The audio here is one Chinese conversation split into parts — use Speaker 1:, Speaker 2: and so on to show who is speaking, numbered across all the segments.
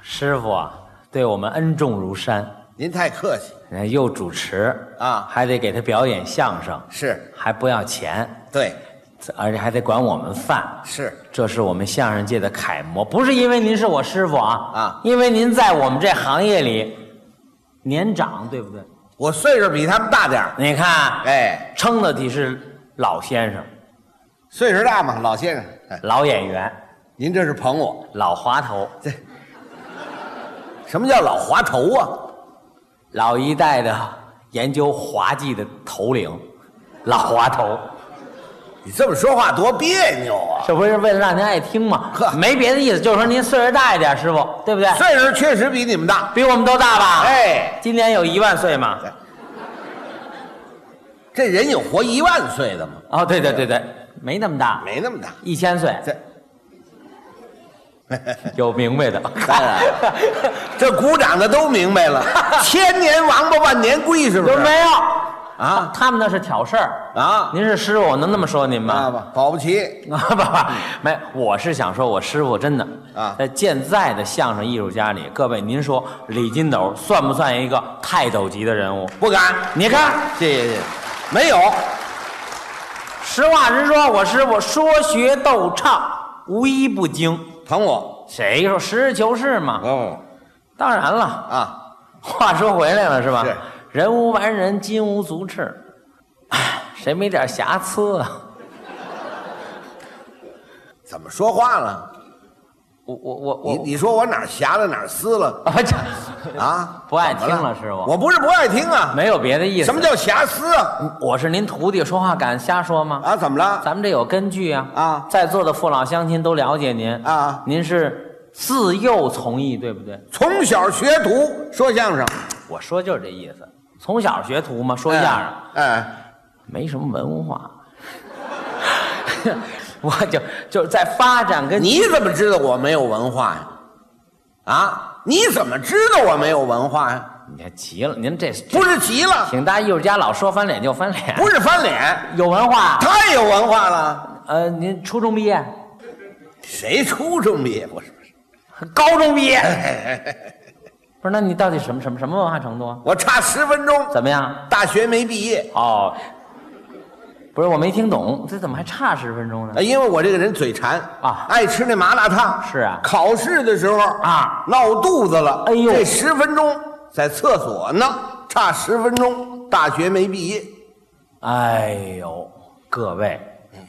Speaker 1: 师傅啊，对我们恩重如山，
Speaker 2: 您太客气，
Speaker 1: 人家又主持
Speaker 2: 啊
Speaker 1: 还得给他表演相声，
Speaker 2: 是
Speaker 1: 还不要钱，
Speaker 2: 对，
Speaker 1: 而且还得管我们饭，
Speaker 2: 是
Speaker 1: 这是我们相声界的楷模。不是因为您是我师傅啊
Speaker 2: 啊
Speaker 1: 因为您在我们这行业里年长，对不对？
Speaker 2: 我岁数比他们大点儿，
Speaker 1: 你看，啊
Speaker 2: 哎，
Speaker 1: 撑得起是老先生、
Speaker 2: 岁数大嘛，老先生，哎
Speaker 1: 老演员、
Speaker 2: 您这是捧我？
Speaker 1: 老滑头、
Speaker 2: 什么叫老滑头啊？
Speaker 1: 老一代的研究滑稽的头领，老滑头。
Speaker 2: 你这么说话多别扭啊！
Speaker 1: 这不是为了让您爱听吗？
Speaker 2: 呵
Speaker 1: 没别的意思，就是说您岁数大一点，师傅，对不对？
Speaker 2: 岁数确实比你们大，
Speaker 1: 比我们都大吧？，
Speaker 2: 哎，
Speaker 1: 今年有一万岁吗？
Speaker 2: 这人有活一万岁的吗？
Speaker 1: 哦，对对对对，没那么大，
Speaker 2: 没那么大，
Speaker 1: 一千岁，
Speaker 2: 这
Speaker 1: 有明白的。
Speaker 2: 当然了这鼓掌的都明白了，千年王八万年龟是不
Speaker 1: 有
Speaker 2: 是？
Speaker 1: 没有？
Speaker 2: 啊
Speaker 1: 他们那是挑事儿
Speaker 2: 啊
Speaker 1: 您是师傅，我能那么说您
Speaker 2: 啊
Speaker 1: 吗？
Speaker 2: 吧，保不齐
Speaker 1: 啊 不不，没，我是想说，我师傅真的
Speaker 2: 啊
Speaker 1: 在现在的相声艺术家里，各位您说李金斗算不算一个泰斗级的人物？
Speaker 2: 不敢。
Speaker 1: 你看，
Speaker 2: 谢谢谢谢，没有，
Speaker 1: 实话实说，我师傅说学逗唱无一不精。
Speaker 2: 捧我，
Speaker 1: 谁说实事求是嘛？
Speaker 2: 哦
Speaker 1: 当然了，
Speaker 2: 啊，
Speaker 1: 话说回来了是吧？
Speaker 2: 是
Speaker 1: 人无完人，金无足赤，唉，谁没点瑕疵啊？
Speaker 2: 怎么说话了？
Speaker 1: 我我我
Speaker 2: 你
Speaker 1: 我
Speaker 2: 你说我哪儿瑕了哪儿撕了
Speaker 1: 啊 这
Speaker 2: 啊？
Speaker 1: 不爱听
Speaker 2: 怎么
Speaker 1: 了师傅
Speaker 2: 我不是不爱听啊，
Speaker 1: 没有别的意思。
Speaker 2: 什么叫瑕疵啊？
Speaker 1: 我是您徒弟，说话敢瞎说吗？
Speaker 2: 啊，怎么了？
Speaker 1: 咱们这有根据啊！
Speaker 2: 啊
Speaker 1: 在座的父老乡亲都了解您
Speaker 2: 啊
Speaker 1: 您是自幼从艺，对不对？
Speaker 2: 从小学徒说相声，
Speaker 1: 我说就是这意思，从小学徒嘛，说相啊声。
Speaker 2: 哎，哎，
Speaker 1: 没什么文化， 我就就是在发展跟
Speaker 2: 哎你怎么知道我没有文化呀？啊，你怎么知道我没有文化呀？
Speaker 1: 你看急了，您这
Speaker 2: 不是急了，
Speaker 1: 请大艺术家老说翻脸就翻脸，
Speaker 2: 不是翻脸，
Speaker 1: 有文化。
Speaker 2: 太有文化了。
Speaker 1: 呃，您初中毕业，
Speaker 2: 谁初中毕业不是？
Speaker 1: 高中毕业， 不是？那你到底什么什么什么文化程度啊？
Speaker 2: 我差十分钟，
Speaker 1: 怎么样？
Speaker 2: 大学没毕业。
Speaker 1: 哦，不是，我没听懂，这怎么还差十分钟呢
Speaker 2: 啊，？因为我这个人嘴馋
Speaker 1: 啊
Speaker 2: 爱吃那麻辣烫。
Speaker 1: 是啊
Speaker 2: 考试的时候
Speaker 1: 啊，
Speaker 2: 闹肚子了。
Speaker 1: 哎呦
Speaker 2: 这十分钟在厕所呢，差十分钟，大学没毕业，
Speaker 1: 哎呦，各位，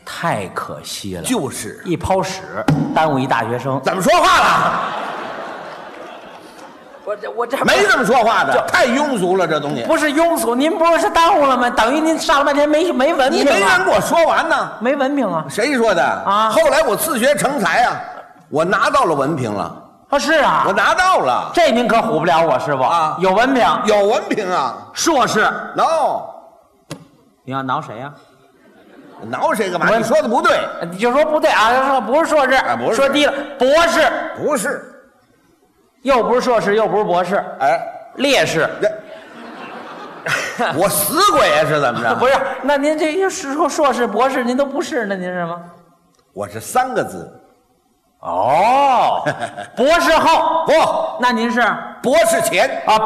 Speaker 1: 太可惜了，
Speaker 2: 就是
Speaker 1: 一泡屎耽误一大学生。
Speaker 2: 怎么说话了？
Speaker 1: 我这我这
Speaker 2: 没这么说话的，太庸俗了，这东 西。
Speaker 1: 不是庸俗，您不是耽误了吗？等于您上了半天没没文
Speaker 2: 你
Speaker 1: 凭
Speaker 2: 没让
Speaker 1: 啊，
Speaker 2: 我说完呢，
Speaker 1: 没文凭啊！
Speaker 2: 谁说的
Speaker 1: 啊
Speaker 2: 后来我自学成才啊，我拿到了文凭了，
Speaker 1: 啊，是啊
Speaker 2: 我，拿到了，
Speaker 1: 这您可唬不了我师傅
Speaker 2: 啊
Speaker 1: 有文凭，
Speaker 2: 有文凭啊。
Speaker 1: 硕士。
Speaker 2: no，
Speaker 1: 你要挠谁呀、
Speaker 2: 挠谁干嘛？
Speaker 1: 我
Speaker 2: 你说的不对，
Speaker 1: 呃你就说不对啊，说不是硕士，
Speaker 2: 啊不是
Speaker 1: 说低了，博士
Speaker 2: 不是，
Speaker 1: 又不是硕士，又不是博士，
Speaker 2: 哎。
Speaker 1: 烈士。
Speaker 2: 这我死鬼呀，是怎么着？
Speaker 1: 啊不是，那您这些是说硕士、博士，您都不是，那您是吗？
Speaker 2: 我是三个字，
Speaker 1: 哦， 博士后，
Speaker 2: 不，
Speaker 1: 那您是
Speaker 2: 博士前。
Speaker 1: 啊？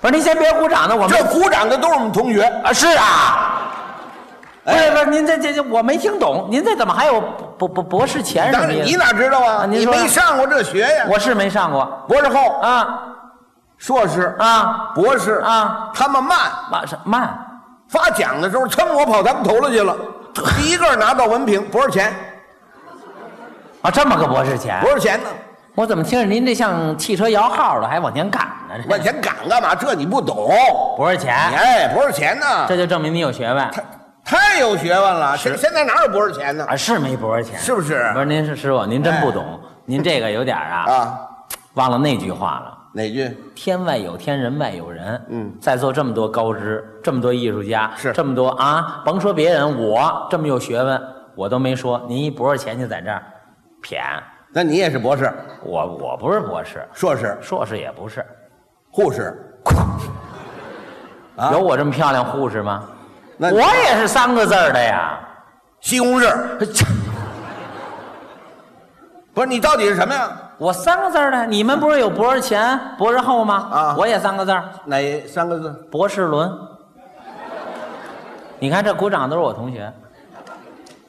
Speaker 1: 不是，您先别鼓掌呢，我们
Speaker 2: 这鼓掌的都是我们同学。
Speaker 1: 啊，是啊。不
Speaker 2: 哎
Speaker 1: 是不是，您这这这我没听懂，您这怎么还有博博博士前什
Speaker 2: 当
Speaker 1: 么
Speaker 2: 然，
Speaker 1: 意
Speaker 2: 你
Speaker 1: 思？
Speaker 2: 哪知道啊？
Speaker 1: 啊您
Speaker 2: 你
Speaker 1: 说
Speaker 2: 没上过这学呀？
Speaker 1: 我是没上过
Speaker 2: 博士后、
Speaker 1: 啊
Speaker 2: 硕士、
Speaker 1: 啊，
Speaker 2: 博士
Speaker 1: 啊，
Speaker 2: 他们慢
Speaker 1: 慢什慢，
Speaker 2: 发奖的时候，蹭我跑他们头了去了。第一个拿到文凭，博士前，
Speaker 1: 啊，这么个博士前，
Speaker 2: 博士前呢？
Speaker 1: 我怎么听着您这像汽车摇号的，还往前赶呢？这
Speaker 2: 往前赶干嘛？这你不懂。
Speaker 1: 博士前，
Speaker 2: 哎，博士前呢？
Speaker 1: 这就证明你有学问
Speaker 2: 太太有学问了。现现在哪有博士前呢？
Speaker 1: 啊，是没博士前，
Speaker 2: 是不是
Speaker 1: 不是，您是师傅，您真不懂，您这个有点儿啊，
Speaker 2: 啊，
Speaker 1: 忘了那句话了。
Speaker 2: 哪句？
Speaker 1: 天外有天，人外有人。嗯，在座这么多高知，这么多艺术家，
Speaker 2: 是
Speaker 1: 这么多啊！甭说别人，我这么有学问，我都没说。您一博士前就在这儿谝，
Speaker 2: 那你也是博士、
Speaker 1: 我我不是博士，
Speaker 2: 硕士、
Speaker 1: 硕士也不是。
Speaker 2: 护士？啊
Speaker 1: 有我这么漂亮护士吗？
Speaker 2: 那
Speaker 1: 我也是三个字儿的呀。
Speaker 2: 西红柿？不是你到底是什么呀？
Speaker 1: 我三个字儿呢，你们不是有博士前、博士后吗？
Speaker 2: 啊
Speaker 1: 我也三个字儿，
Speaker 2: 哪三个字？
Speaker 1: 博士伦。你看这鼓掌都是我同学，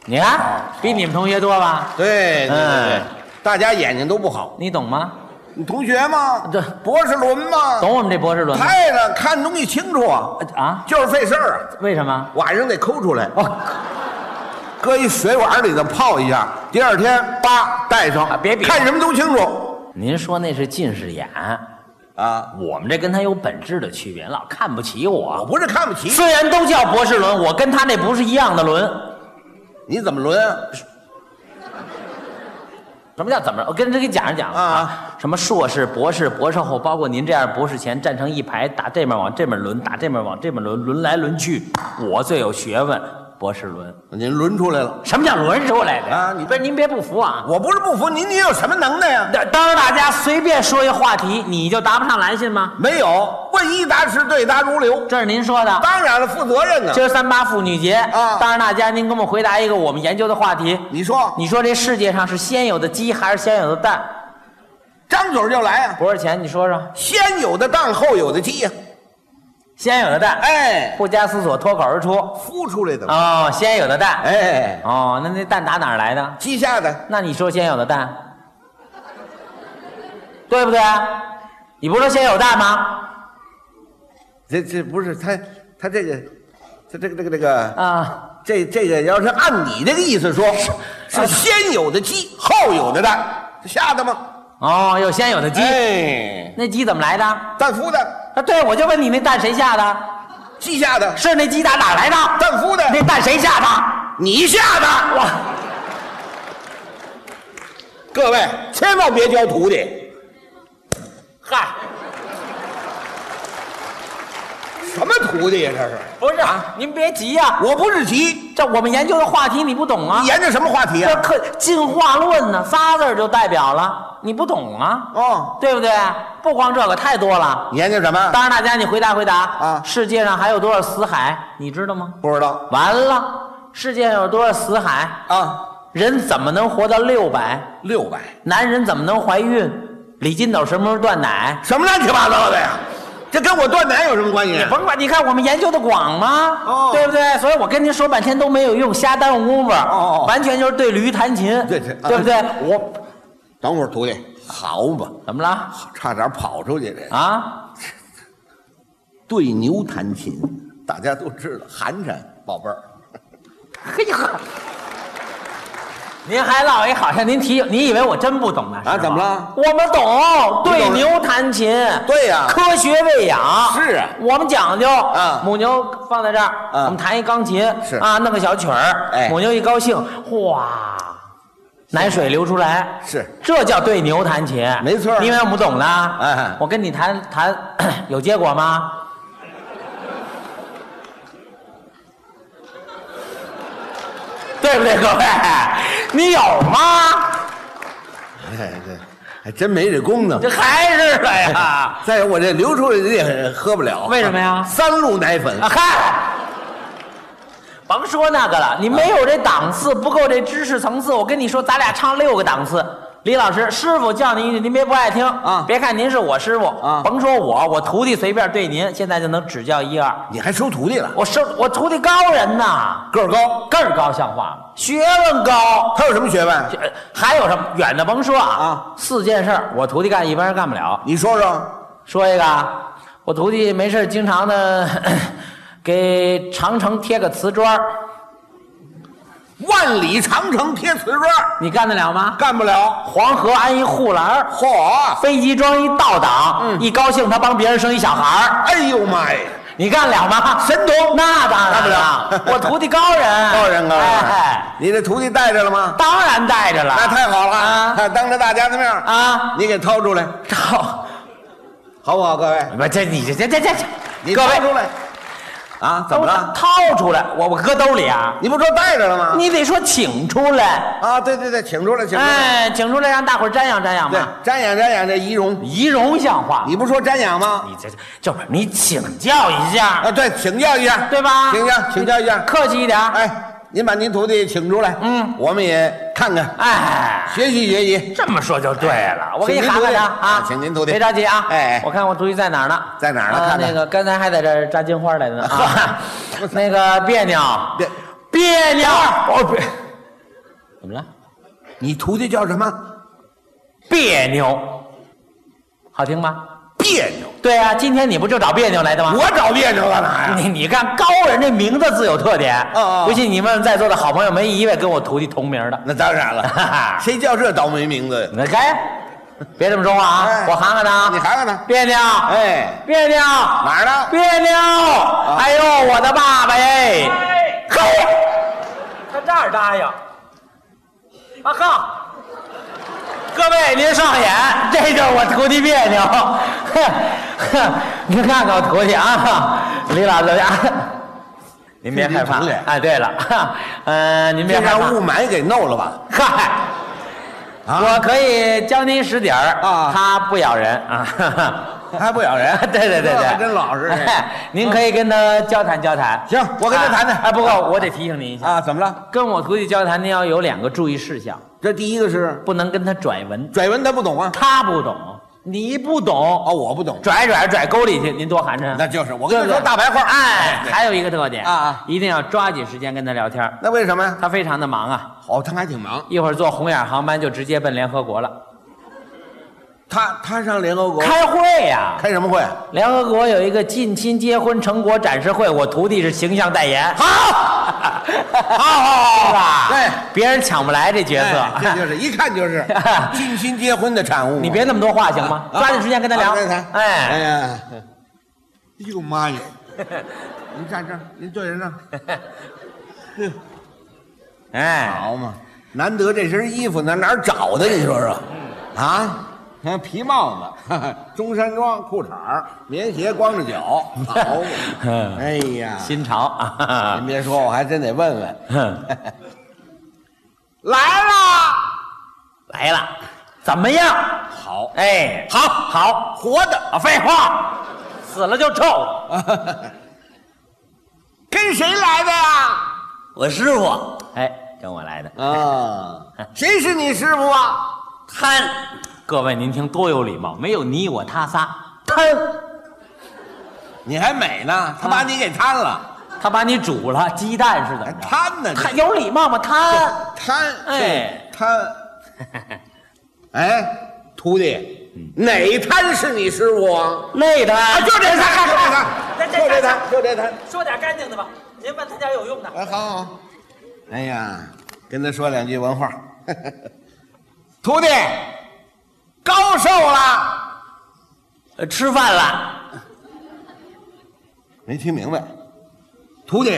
Speaker 1: 你看比你们同学多吧？
Speaker 2: 对对对对
Speaker 1: 嗯
Speaker 2: 大家眼睛都不好。
Speaker 1: 你懂吗？
Speaker 2: 哎你同学吗？
Speaker 1: 对
Speaker 2: 博士伦吗？
Speaker 1: 懂我们这博士论吗？
Speaker 2: 太了，看东西清楚啊，
Speaker 1: 啊？
Speaker 2: 就是费事儿啊。
Speaker 1: 为什么？
Speaker 2: 晚上得抠出来，
Speaker 1: 哦，
Speaker 2: 搁一水碗里头泡一下，第二天叭带上，
Speaker 1: 啊别比了
Speaker 2: 看什么都清楚
Speaker 1: 您说那是近视眼，
Speaker 2: 啊！
Speaker 1: 我们这跟他有本质的区别，老看不起
Speaker 2: 我
Speaker 1: 我。
Speaker 2: 不是看不起
Speaker 1: 虽然都叫博士伦，我跟他那不是一样的伦。
Speaker 2: 你，怎么轮啊？
Speaker 1: 什么叫怎么着？我跟这给讲一讲
Speaker 2: 啊
Speaker 1: 什么硕士、博士、博士后，包括您这样博士前站成一排，打这面往这面轮，打这面往这面轮，轮来轮去。我最有学问，博士轮。
Speaker 2: 您轮出来了，
Speaker 1: 什么叫轮出来的
Speaker 2: 啊你
Speaker 1: 不是您别不服啊！
Speaker 2: 我不是不服您，您有什么能耐啊呀、
Speaker 1: 当当着大家随便说一话题，你就答不上来信吗？
Speaker 2: 没有，问一答十，对答如流，
Speaker 1: 这是您说的。
Speaker 2: 当然了，负责任啊呢。
Speaker 1: 今儿三八妇女节
Speaker 2: 啊
Speaker 1: 当着大家，您给我们回答一个我们研究的话题。
Speaker 2: 你说
Speaker 1: 你说这世界上是先有的鸡还是先有的蛋？
Speaker 2: 张嘴就来啊，
Speaker 1: 博士前，你说说，
Speaker 2: 先有的蛋，后有的鸡呀、
Speaker 1: 先有的蛋，，
Speaker 2: 哎，
Speaker 1: 不加思索脱口而出。
Speaker 2: 孵出来的嘛，
Speaker 1: 哦，先有的蛋，
Speaker 2: 哎，
Speaker 1: 哦，那那蛋打哪儿来的？
Speaker 2: 鸡下的，
Speaker 1: 那你说先有的蛋，对不对？你不是说先有蛋吗？
Speaker 2: 这这不是他他这个，他这个这个这个，
Speaker 1: 啊，
Speaker 2: 这这个要是按你这个意思说，是先有的鸡，后有的蛋，是下的吗？
Speaker 1: 哦，有先有的鸡，
Speaker 2: 哎，
Speaker 1: 那鸡怎么来的？啊，
Speaker 2: 蛋孵的，
Speaker 1: 对，我就问你那蛋谁下的？
Speaker 2: 鸡下的，
Speaker 1: 是那鸡打哪儿来的？
Speaker 2: 蛋孵的，
Speaker 1: 那蛋谁下的？
Speaker 2: 你下的。
Speaker 1: 哇！
Speaker 2: 各位千万别教徒弟，
Speaker 1: 嗨，
Speaker 2: 什么徒弟呀？这是，
Speaker 1: 不是，您别急呀、
Speaker 2: 我不是急，
Speaker 1: 这我们研究的话题你不懂啊
Speaker 2: 你？研究什么话题
Speaker 1: 这
Speaker 2: 啊？
Speaker 1: 可进化论呢，仨字儿就代表了，你不懂啊，
Speaker 2: 哦，
Speaker 1: 对不对？不光这个太多了。
Speaker 2: 你研究什么？
Speaker 1: 当着大家，你回答回答
Speaker 2: 啊
Speaker 1: 世界上还有多少死海？你知道吗？
Speaker 2: 不知道
Speaker 1: 完了，世界上有多少死海？
Speaker 2: 啊，
Speaker 1: 人怎么能活到六百？
Speaker 2: 六百，
Speaker 1: 男人怎么能怀孕？李金斗什么时候断奶？
Speaker 2: 什么乱七八糟的呀？这跟我断奶有什么关系
Speaker 1: 你
Speaker 2: 啊？
Speaker 1: 甭管，你看我们研究的广吗？
Speaker 2: 哦
Speaker 1: 对不对？所以我跟您说半天都没有用，瞎耽误功夫，
Speaker 2: 哦哦
Speaker 1: 完全就是对驴弹琴，
Speaker 2: 对对啊
Speaker 1: 不对？
Speaker 2: 我等会儿徒弟，好嘛，
Speaker 1: 怎么了？
Speaker 2: 差点跑出去这。
Speaker 1: 啊？
Speaker 2: 对牛弹琴，大家都知道，寒碜宝贝儿。
Speaker 1: 嘿呵，您还落一好像您提，你以为我真不懂呢？
Speaker 2: 啊
Speaker 1: 是吗
Speaker 2: 怎么了？
Speaker 1: 我们懂，对
Speaker 2: 你
Speaker 1: 牛弹琴，
Speaker 2: 对呀
Speaker 1: 科学喂养
Speaker 2: 是啊
Speaker 1: 我们讲究
Speaker 2: 啊
Speaker 1: 母牛放在这儿，
Speaker 2: 啊
Speaker 1: 我们弹一钢琴
Speaker 2: 是
Speaker 1: 啊，弄个小曲儿，
Speaker 2: 哎啊
Speaker 1: 母牛一高兴，哗，奶水流出来，
Speaker 2: 是
Speaker 1: 这叫对牛弹琴，
Speaker 2: 没错
Speaker 1: 因为我们懂的，
Speaker 2: 哎
Speaker 1: 我跟你谈谈 有结果吗？对不对，各位？你有吗？
Speaker 2: 哎，这还真没这功能
Speaker 1: 这。啊还是的呀？
Speaker 2: 再有，我这流出来的也喝不了，
Speaker 1: 为什么呀
Speaker 2: 三鹿奶粉
Speaker 1: 啊，嗨，甭说那个了，你没有这档次，不够这知识层次。我跟你说，咱俩唱六个档次。李老师，师傅叫您一句，您别不爱听
Speaker 2: 啊
Speaker 1: 别看您是我师傅
Speaker 2: 啊
Speaker 1: 甭说我，我徒弟随便对您，现在就能指教一二。
Speaker 2: 你还收徒弟了？
Speaker 1: 我收我徒弟高人呐，
Speaker 2: 个儿高，
Speaker 1: 个儿高像话吗？学问高。
Speaker 2: 他有什么学问？
Speaker 1: 呃还有什么远的甭说啊
Speaker 2: 啊
Speaker 1: 四件事儿我徒弟干一般人干不了。
Speaker 2: 你说说，
Speaker 1: 说一个啊，我徒弟没事儿经常的 给长城贴个瓷砖儿
Speaker 2: 万里长城贴瓷砖，
Speaker 1: 你干得了吗？
Speaker 2: 干不了。
Speaker 1: 黄河安一护栏儿
Speaker 2: 嚯！
Speaker 1: 飞机装一倒挡，
Speaker 2: 嗯
Speaker 1: 一高兴他帮别人生一小孩儿
Speaker 2: 哎呦妈呀！
Speaker 1: 你干了吗？神童？那当然
Speaker 2: 干不了
Speaker 1: 我徒弟高人，
Speaker 2: 高人啊高人
Speaker 1: 哎，
Speaker 2: 哎你这徒弟带着了吗？
Speaker 1: 当然带着了。
Speaker 2: 那太好了
Speaker 1: 啊
Speaker 2: 啊！当着大家的面儿，
Speaker 1: 啊，
Speaker 2: 你给掏出来，
Speaker 1: 靠！
Speaker 2: 好不好，各位？
Speaker 1: 不，这你这这这这
Speaker 2: 你
Speaker 1: 这，啊各
Speaker 2: 掏
Speaker 1: 位
Speaker 2: 出来啊？怎么了？
Speaker 1: 掏出来，我我搁兜里啊。
Speaker 2: 你不说带着了吗？
Speaker 1: 你得说请出来，
Speaker 2: 啊，对对对，请出来，请出来。
Speaker 1: 哎，啊请出来让大伙儿瞻仰瞻仰
Speaker 2: 对
Speaker 1: 吧。，
Speaker 2: 瞻仰瞻仰这仪容，
Speaker 1: 仪容像话，
Speaker 2: 你不说瞻仰吗？
Speaker 1: 你这这就是你请教一下，
Speaker 2: 啊，对，请教一下，
Speaker 1: 对吧？
Speaker 2: 请教请教一下
Speaker 1: 客气一点。
Speaker 2: 哎，您把您徒弟请出来，
Speaker 1: 嗯，
Speaker 2: 我们也看看，
Speaker 1: 哎，
Speaker 2: 学习学习。
Speaker 1: 这么说就对了，我给你
Speaker 2: 请您
Speaker 1: 喊
Speaker 2: 徒
Speaker 1: 喊
Speaker 2: 弟
Speaker 1: 他啊，
Speaker 2: 请您徒弟
Speaker 1: 别着急啊，
Speaker 2: 哎哎
Speaker 1: 我看我徒弟在哪儿呢？
Speaker 2: 在哪儿呢
Speaker 1: 呃
Speaker 2: 看看
Speaker 1: 那个刚才还在这儿扎金花来着 呢啊，那个别扭，
Speaker 2: 别
Speaker 1: 别扭，哦别，怎么了？
Speaker 2: 你徒弟叫什么？
Speaker 1: 别扭，好听吗？
Speaker 2: 别扭，
Speaker 1: 对啊，今天你不就找别扭来的吗？
Speaker 2: 我找别扭干嘛呀？
Speaker 1: 你你看，高人这名字自有特点。
Speaker 2: 哦哦
Speaker 1: 不信你问问在座的好朋友，没一位跟我徒弟同名的。
Speaker 2: 那当然 了，谁叫这倒霉名字呀？
Speaker 1: 那该，别这么说话啊！
Speaker 2: 哎
Speaker 1: 我喊喊他啊，
Speaker 2: 你喊喊他
Speaker 1: 别扭，
Speaker 2: 哎，
Speaker 1: 别扭，
Speaker 2: 哪儿呢？
Speaker 1: 别扭！哎呦，我的爸爸耶！
Speaker 3: 哎，
Speaker 1: 嘿，
Speaker 3: 他这儿答应。啊哈，
Speaker 1: 各位您上眼，这就是我徒弟别扭。 哼哼，您看看我徒弟啊，李老师啊，您别害怕
Speaker 2: 徒弟。
Speaker 1: 哎，对了， 哈呃，您别
Speaker 2: 这
Speaker 1: 害怕
Speaker 2: 让。雾霾给弄了吧？
Speaker 1: 嗨。我可以教您使点儿
Speaker 2: 啊
Speaker 1: 它不咬人 啊。哈哈？
Speaker 2: 还不咬 人
Speaker 1: 对对对
Speaker 2: 这
Speaker 1: 对，
Speaker 2: 还真老实这个
Speaker 1: 哎 您可以跟他交谈交谈。
Speaker 2: 行我跟他谈谈
Speaker 1: 哎，不过我得提醒您一下，
Speaker 2: 啊，怎么了？
Speaker 1: 跟我徒弟交谈，您要有两个注意事项，
Speaker 2: 这第一个是
Speaker 1: 不能跟他拽文，
Speaker 2: 拽文，他不懂啊。
Speaker 1: 他不懂，你不懂，
Speaker 2: 哦，我不懂，
Speaker 1: 拽拽拽沟里去，您多寒碜。啊
Speaker 2: 那就是我
Speaker 1: 对
Speaker 2: 跟他
Speaker 1: 不
Speaker 2: 说
Speaker 1: 对
Speaker 2: 大白话。
Speaker 1: 哎，
Speaker 2: 对
Speaker 1: 还有一个特点
Speaker 2: 啊啊，
Speaker 1: 一定要抓紧时间跟他聊天儿，
Speaker 2: 那为什么呀？
Speaker 1: 他非常的忙啊，
Speaker 2: 哦，他还挺忙，
Speaker 1: 一会儿坐红眼航班就直接奔联合国了，
Speaker 2: 他他上联合国
Speaker 1: 开会呀。
Speaker 2: 开什么会？啊
Speaker 1: 联合国有一个近亲结婚成果展示会，我徒弟是形象代言。好，好， 好，吧？
Speaker 2: 对，
Speaker 1: 别人抢不来这角色。
Speaker 2: 哎这就是一看就是 近亲结婚的产物。
Speaker 1: 你别那么多话行吗？
Speaker 2: 啊
Speaker 1: 抓紧时间跟他聊
Speaker 2: 啊跟他谈。哎
Speaker 1: 哎，
Speaker 2: 呀，哎呦妈呀！您站这儿，您对着那儿，
Speaker 1: 哎，
Speaker 2: 好嘛！难得这身衣服，哪哪儿找的？你说说，
Speaker 1: 嗯
Speaker 2: 啊？看皮帽子、 中山装、裤衩儿、棉鞋，光着脚，好
Speaker 1: 嗯
Speaker 2: 嘛！哎呀，
Speaker 1: 新潮啊
Speaker 2: 您！别说，我还真得问问。
Speaker 1: 哼
Speaker 2: 来啦！
Speaker 1: 来了，怎么样？
Speaker 2: 好，
Speaker 1: 哎，
Speaker 2: 好，好，活的。
Speaker 1: 啊，废话，死了就臭。
Speaker 2: 跟谁来的呀？
Speaker 1: 我师傅，哎，跟我来的。
Speaker 2: 啊，谁是你师傅啊？
Speaker 1: 贪，各位您听多有礼貌，没有你我他仨贪。
Speaker 2: 你还美呢，他把你给贪了，
Speaker 1: 他把你煮了，鸡蛋是怎么
Speaker 2: 还
Speaker 1: 着？
Speaker 2: 贪呢？
Speaker 1: 他有礼貌吗？他
Speaker 2: 哎贪，
Speaker 1: 哎
Speaker 2: 对， 贪。哎，徒弟，哪摊是你师傅啊？
Speaker 1: 那的
Speaker 2: 嗯啊，就这摊，就这
Speaker 3: 这
Speaker 2: 摊，
Speaker 3: 这
Speaker 2: 就这摊，就这摊。
Speaker 3: 说点干净的吧，您问他点有用的。
Speaker 2: 哎，好好。哎呀，跟他说两句文化。 徒弟，高寿了？
Speaker 1: 呃吃饭了，
Speaker 2: 没听明白。徒弟，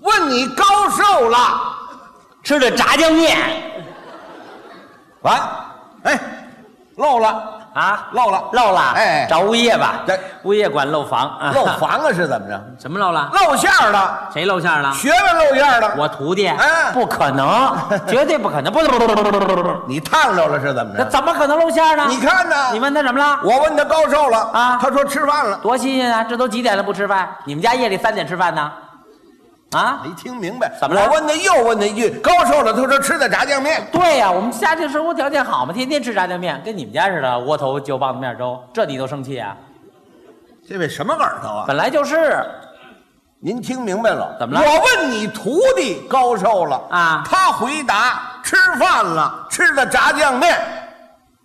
Speaker 2: 问你高寿了？
Speaker 1: 吃的炸酱面
Speaker 2: 啊，哎，漏了，
Speaker 1: 啊，
Speaker 2: 漏了，
Speaker 1: 漏了，
Speaker 2: 哎
Speaker 1: 找物业吧
Speaker 2: 这，
Speaker 1: 物业管漏房啊，
Speaker 2: 漏房了是怎么着？
Speaker 1: 什么漏了？
Speaker 2: 露馅儿了，
Speaker 1: 谁露馅儿了？
Speaker 2: 学问露馅儿了。
Speaker 1: 我徒弟
Speaker 2: 哎，
Speaker 1: 不可能，绝对不可 能，不不不不不不不不不，
Speaker 2: 你烫着了是怎么
Speaker 1: 那
Speaker 2: 着？
Speaker 1: 怎么可能露馅儿呢？
Speaker 2: 你，看呢？
Speaker 1: 你问他怎么了？
Speaker 2: 我问他高寿了
Speaker 1: 啊
Speaker 2: 他说吃饭了。
Speaker 1: 多新鲜啊！这都几点了不吃饭？你们家夜里三点吃饭呢？啊？
Speaker 2: 没听明白，
Speaker 1: 怎么了
Speaker 2: 我问他又问他一句，高寿了？他说吃的炸酱面。
Speaker 1: 对呀、我们家庭生活条件好嘛，天天吃炸酱面，跟你们家似的，窝头就棒子面粥，这你都生气啊？
Speaker 2: 这位什么耳朵啊？
Speaker 1: 本来就是，
Speaker 2: 您听明白了？
Speaker 1: 怎么了
Speaker 2: 我问你徒弟高寿了
Speaker 1: 啊
Speaker 2: 他回答吃饭了，吃的炸酱面。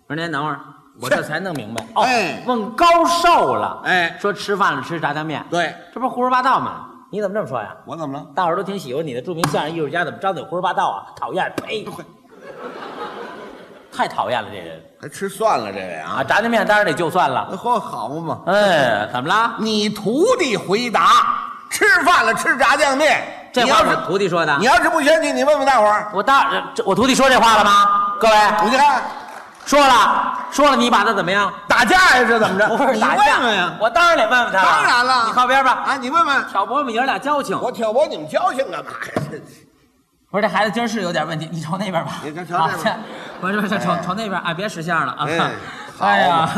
Speaker 1: 我说您等会儿，我这才弄明白。哦，
Speaker 2: 哎
Speaker 1: 问高寿了，
Speaker 2: 哎
Speaker 1: 说吃饭了吃炸酱面，
Speaker 2: 对，
Speaker 1: 这不是胡说八道吗？你怎么这么说呀？
Speaker 2: 我怎么了？
Speaker 1: 大伙儿都挺喜欢你的著名相声艺术家，怎么张嘴胡说八道啊？讨厌，呸！太讨厌了这人
Speaker 2: 还吃蒜了，这位啊
Speaker 1: 啊！炸酱面当然得就算了。
Speaker 2: 嚯，好嘛！
Speaker 1: 哎，怎么啦？
Speaker 2: 你徒弟回答：吃饭了，吃炸酱面。
Speaker 1: 这啊
Speaker 2: 你
Speaker 1: 话
Speaker 2: 要
Speaker 1: 我
Speaker 2: 是
Speaker 1: 徒弟说的
Speaker 2: 你。要是不相信，你问问大伙儿。
Speaker 1: 我大这我徒弟说这话了吗？各位，
Speaker 2: 你看
Speaker 1: 说了说了，你把他怎么样？
Speaker 2: 打架呀，是怎么着？
Speaker 1: 不是
Speaker 2: 你
Speaker 1: 打架，
Speaker 2: 问问呀。
Speaker 1: 我当然得问问他了。
Speaker 2: 当然了
Speaker 1: 你靠边吧，
Speaker 2: 啊，你问问
Speaker 1: 挑拨我们爷儿俩交情。
Speaker 2: 我挑拨你们交情干嘛呀？
Speaker 1: 不是，这孩子今儿是有点问题，你瞅那边吧。啊
Speaker 2: 你瞧瞧这边
Speaker 1: 好这我这边
Speaker 2: 哎
Speaker 1: 瞅瞅那边，哎，别使相了啊
Speaker 2: 哎。
Speaker 1: 哎呀，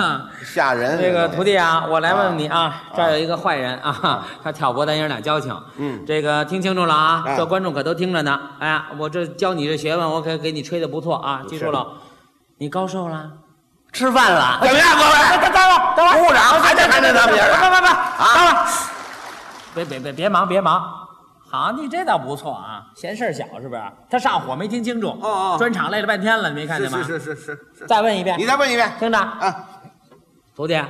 Speaker 2: 吓人。
Speaker 1: 这个徒弟啊，我来问问你啊，
Speaker 2: 哎啊
Speaker 1: 这儿有一个坏人啊，他挑拨咱爷儿俩交情。
Speaker 2: 嗯
Speaker 1: 这个听清楚了啊，
Speaker 2: 啊
Speaker 1: 这观众可都听着呢。哎，我这教你这学问，我可给你吹的不错啊，记住了。你高寿了？吃饭了？
Speaker 2: 怎么样，各位？
Speaker 3: 等等会儿，等会儿，
Speaker 2: 鼓掌，还得还得咱们爷
Speaker 3: 别别
Speaker 2: 儿
Speaker 3: 别别，
Speaker 2: 啊
Speaker 3: 等会儿，别别别别忙别忙。好，你这倒不错啊，嫌事儿小是不是？他上火没听清楚，
Speaker 2: 哦哦
Speaker 3: 专场累了半天了，你没看见吗？
Speaker 2: 是是是是是，
Speaker 1: 再问一遍
Speaker 2: 你，再问一遍
Speaker 1: 听着，
Speaker 2: 啊！
Speaker 1: 徒弟，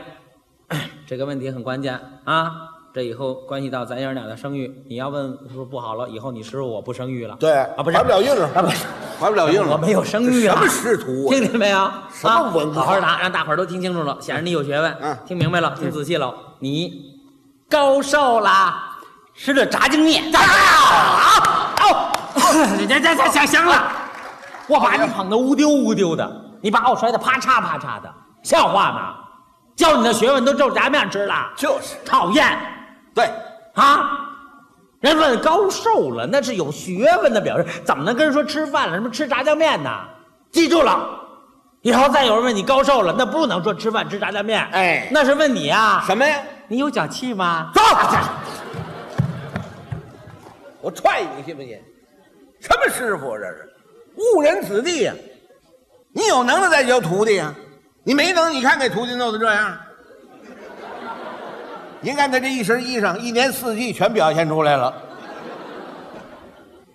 Speaker 1: 这个问题很关键啊，这以后关系到咱爷儿俩的声誉。你要问说不好了，以后你师傅我不生育了。啊，不是
Speaker 2: 怀不了孕了，
Speaker 1: 啊，不是。
Speaker 2: 怀不了孕了，
Speaker 1: 我没有生育啊
Speaker 2: 什么师徒啊
Speaker 1: 听？见没有？
Speaker 2: 什么文化
Speaker 1: 啊好好答，让大伙儿都听清楚了，显然你有学问。
Speaker 2: 嗯
Speaker 1: 听明白了，听仔细了，你高寿啦？吃了炸酱面。啊！哦， 行行行行行
Speaker 2: 哦
Speaker 1: 了，我把你捧得乌丢乌丢的，你把我摔得啪嚓啪嚓的，像话吗？教你的学问都皱炸面吃了，
Speaker 2: 就是
Speaker 1: 讨厌
Speaker 2: 对，
Speaker 1: 啊！人问高寿了，那是有学问的表示，怎么能跟人说吃饭了？什么吃炸酱面呢？记住了，以后再有人问你高寿了，那不能说吃饭吃炸酱面，
Speaker 2: 哎
Speaker 1: 那是问你啊，
Speaker 2: 什么呀？
Speaker 1: 你有脚气吗？
Speaker 2: 走，我踹你信不信？什么师傅啊这是？误人子弟呀、你有能耐再教徒弟呀、啊你没能，你看给徒弟弄得这样。您看他这一身衣裳，一年四季全表现出来了。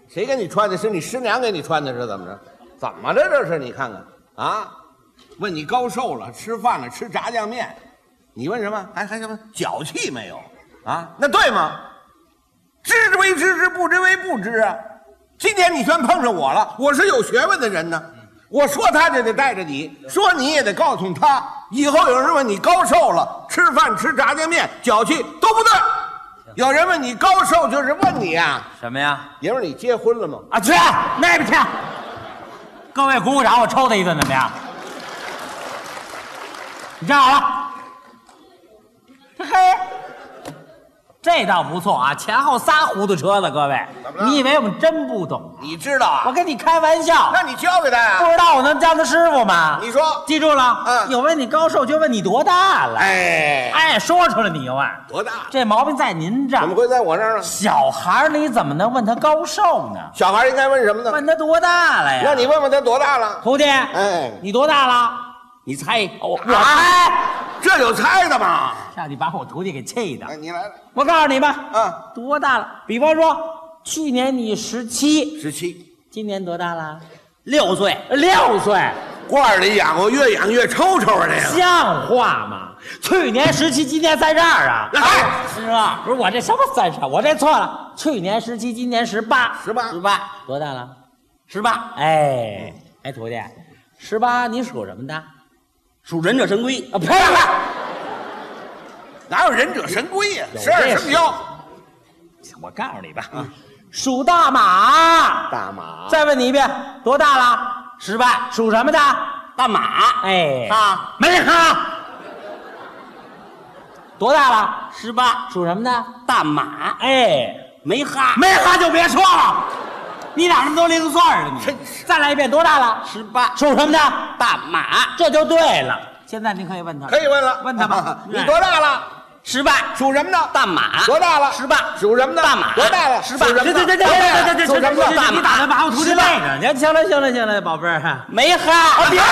Speaker 2: 谁给你穿的？是你师娘给你穿的，是怎么着？怎么着这是？你看看啊，问你高寿了，吃饭了，吃炸酱面，你问什么？还还什么脚气没有啊？那对吗？知之为知之，不知为不知啊。今天你全碰上我了，我是有学问的人呢。我说他就得带着你，说你也得告诉他。以后有人问你高寿了，吃饭吃炸酱面、脚气都不对。有人问你高寿，就是问你啊，
Speaker 1: 什么呀？
Speaker 2: 爷们儿，你结婚了吗？
Speaker 1: 啊，去那边去！各位鼓鼓掌，我抽他一顿怎么样？你站好了。嘿，这倒不错啊，前后仨糊涂车子，各位
Speaker 2: 怎么，了
Speaker 1: 你以为我们真不懂？
Speaker 2: 你知道
Speaker 1: 我
Speaker 2: 啊？
Speaker 1: 跟你开玩笑，
Speaker 2: 那你教给他
Speaker 1: 不
Speaker 2: 呀、
Speaker 1: 知道我能当他师傅吗？
Speaker 2: 你说
Speaker 1: 记住了，
Speaker 2: 嗯
Speaker 1: 有问你高寿就问你多大了。
Speaker 2: 哎，
Speaker 1: 哎，说出来你就问，
Speaker 2: 多大？
Speaker 1: 这毛病在您这儿
Speaker 2: 怎么。会在我这儿呢？
Speaker 1: 小孩儿你怎么能问他高寿呢？
Speaker 2: 小孩应该问什么呢？
Speaker 1: 问他多大了呀？
Speaker 2: 那你问问他多大了？
Speaker 1: 徒弟，
Speaker 2: 哎
Speaker 1: 你多大了？你猜，哦我啊我猜，
Speaker 2: 哎这有猜的吗？
Speaker 1: 下去把我徒弟给气的
Speaker 2: 哎，。你来了，
Speaker 1: 我告诉你吧，
Speaker 2: 啊，
Speaker 1: 多大了？比方说，去年你十七，
Speaker 2: 十七。
Speaker 1: 今年多大了？六岁，六岁，
Speaker 2: 罐儿里养活，越养越抽抽的呀。
Speaker 1: 像话吗？去年十七，今年三十二啊！
Speaker 2: 哎
Speaker 1: 师傅，不是我这什么三十二，啊我这错了。去年十七，今年十八，
Speaker 2: 18
Speaker 1: 十八，多大了？十八，哎，哎，徒弟，十八，你属什么的？
Speaker 4: 属忍者神龟，
Speaker 1: 啊，漂亮。
Speaker 2: 哪有忍者神龟呀、
Speaker 1: 有
Speaker 2: 十二
Speaker 1: 这
Speaker 2: 生肖，
Speaker 4: 我告诉你吧，
Speaker 1: 属大马。
Speaker 2: 大马
Speaker 1: 再问你一遍，多大了？十八。属什么的？
Speaker 4: 大马
Speaker 1: 哎，
Speaker 4: 啊，
Speaker 1: 没人哈。多大了？
Speaker 4: 十八，
Speaker 1: 属什么的？
Speaker 4: 大马
Speaker 1: 哎，
Speaker 4: 没哈，
Speaker 1: 没哈就别说了。你哪那么多零碎儿呢？你再来一遍，多大了？
Speaker 4: 啊十八，
Speaker 1: 属什么的？
Speaker 4: 大马
Speaker 1: 这就对了。现在您可以问他了，
Speaker 2: 可以问了，
Speaker 1: 问他吧
Speaker 2: 你多大了？
Speaker 4: 十八，
Speaker 2: 属什么的？
Speaker 4: 大马
Speaker 2: 多大了？
Speaker 4: 十八，
Speaker 2: 属什么的？
Speaker 4: 大马
Speaker 2: 多大了？
Speaker 4: 十八
Speaker 2: 属什
Speaker 1: 这
Speaker 2: 么的
Speaker 1: 这这这
Speaker 2: 多大
Speaker 1: 这
Speaker 2: 了
Speaker 1: 这这这
Speaker 2: 属什么
Speaker 1: 这
Speaker 2: 的？
Speaker 1: 这，你打算把我徒弟累着？你行了行了行了，宝贝儿，啊
Speaker 4: 没哈，
Speaker 1: 别了。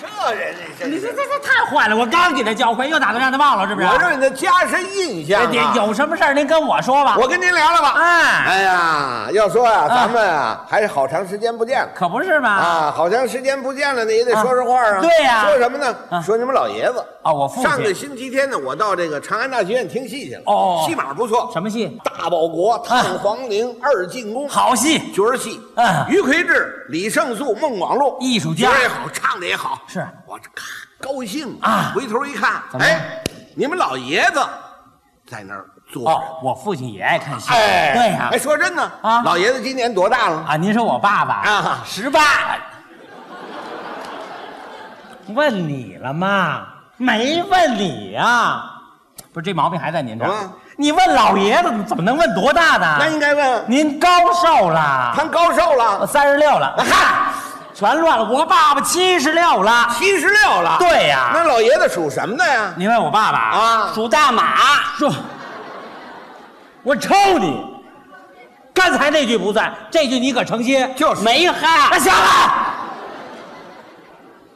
Speaker 2: 这人这
Speaker 1: 你这
Speaker 2: 这，
Speaker 1: 这这太坏了！我刚给他教会，又打算让他忘了，是不是？
Speaker 2: 我对你的加深印象、
Speaker 1: 别
Speaker 2: 啊。
Speaker 1: 有什么事儿您跟我说吧。
Speaker 2: 我跟您聊聊吧。
Speaker 1: 哎
Speaker 2: 哎呀，要说啊，咱们啊，还是好长时间不见了。
Speaker 1: 可不是嘛！啊，
Speaker 2: 啊，好长时间不见了呢，也得说说话啊。
Speaker 1: 啊对呀
Speaker 2: 说什么呢？
Speaker 1: 啊
Speaker 2: 说你们老爷子
Speaker 1: 哦我父
Speaker 2: 上个
Speaker 1: 亲
Speaker 2: 星期天呢，我到这个长安大剧院听戏去了。
Speaker 1: 哦
Speaker 2: 戏码不错，
Speaker 1: 什么戏？
Speaker 2: 大保国、探黄陵、二进宫，
Speaker 1: 好戏，
Speaker 2: 角儿戏。
Speaker 1: 嗯
Speaker 2: 于魁智、李胜素、孟广禄，
Speaker 1: 艺术家
Speaker 2: 角儿也好，唱的也好。
Speaker 1: 是
Speaker 2: 我这咔高兴
Speaker 1: 啊
Speaker 2: 回头一看，
Speaker 1: 怎么样
Speaker 2: 哎，你们老爷子在那儿坐着。
Speaker 1: 哦，我父亲也爱看戏。
Speaker 2: 哎，
Speaker 1: 对呀
Speaker 2: 哎，，说真的
Speaker 1: 啊
Speaker 2: 老爷子今年多大了？
Speaker 1: 啊，您说我爸爸
Speaker 2: 啊
Speaker 1: 十八，问你了吗？没问你呀、不是这毛病还在您这
Speaker 2: 怎
Speaker 1: 儿
Speaker 2: 么？
Speaker 1: 你问老爷子怎么能问多大呢？
Speaker 2: 啊那应该问
Speaker 1: 您高寿了？
Speaker 2: 他高寿了。
Speaker 1: 我三十六了。
Speaker 2: 嗨，
Speaker 1: 全乱了。我爸爸七十六了，
Speaker 2: 七十六了。
Speaker 1: 对啊呀
Speaker 2: 那老爷子属什么的呀？
Speaker 3: 你问我爸爸啊，
Speaker 2: 啊，
Speaker 4: 属大马，
Speaker 1: 说，我抽你！刚才那句不算，这句你可成心。
Speaker 2: 就是
Speaker 4: 没
Speaker 1: 那
Speaker 4: 哈，
Speaker 1: 行了，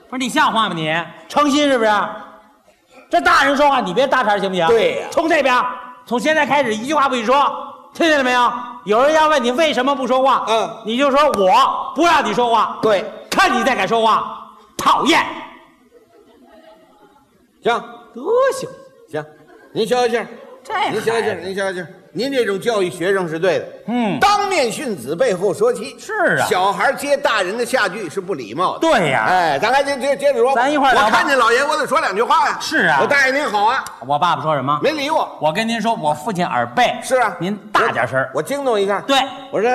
Speaker 3: 不是你像话吗你？
Speaker 1: 成心是不是？这大人说话你别搭茬儿行不行？
Speaker 2: 对呀
Speaker 1: 从这边，从现在开始一句话不许说，听见了没有？有人要问你为什么不说话，
Speaker 2: 嗯，
Speaker 1: 你就说我不让你说话，
Speaker 2: 对，
Speaker 1: 看你再敢说话，讨厌，
Speaker 2: 行
Speaker 1: 德行。
Speaker 2: 行，您消消气儿，
Speaker 3: 这
Speaker 2: 您消消气儿，您消消气儿。您这种教育学生是对的，
Speaker 3: 嗯
Speaker 2: 当面训子，背后说妻。
Speaker 3: 是啊
Speaker 2: 小孩接大人的下句是不礼貌的。
Speaker 3: 对呀
Speaker 2: 哎，咱还接接接着说，
Speaker 3: 咱一会儿聊吧
Speaker 2: 我看见老爷，我得说两句话呀。
Speaker 3: 是啊
Speaker 2: 我大爷您好啊，
Speaker 3: 我爸爸说什么？
Speaker 2: 没理我。
Speaker 3: 我跟您说，我父亲耳背。
Speaker 2: 是啊，
Speaker 3: 您大点声儿。
Speaker 2: 我惊动一下。
Speaker 3: 对，
Speaker 2: 我说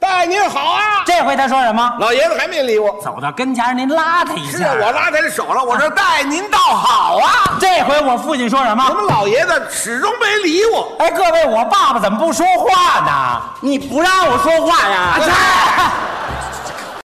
Speaker 2: 大爷您好啊，
Speaker 3: 这回他说什么？
Speaker 2: 老爷子还没理我。
Speaker 3: 走到跟前儿，您拉他一
Speaker 2: 是
Speaker 3: 下。
Speaker 2: 啊，我拉他的手了，我说大爷您倒好啊。
Speaker 3: 这回我父亲说什
Speaker 2: 我
Speaker 3: 么？
Speaker 2: 们老爷子始终没理我。
Speaker 3: 哎，各位，我爸爸怎么不说话呢？
Speaker 4: 你不让我说话呀？
Speaker 3: 啊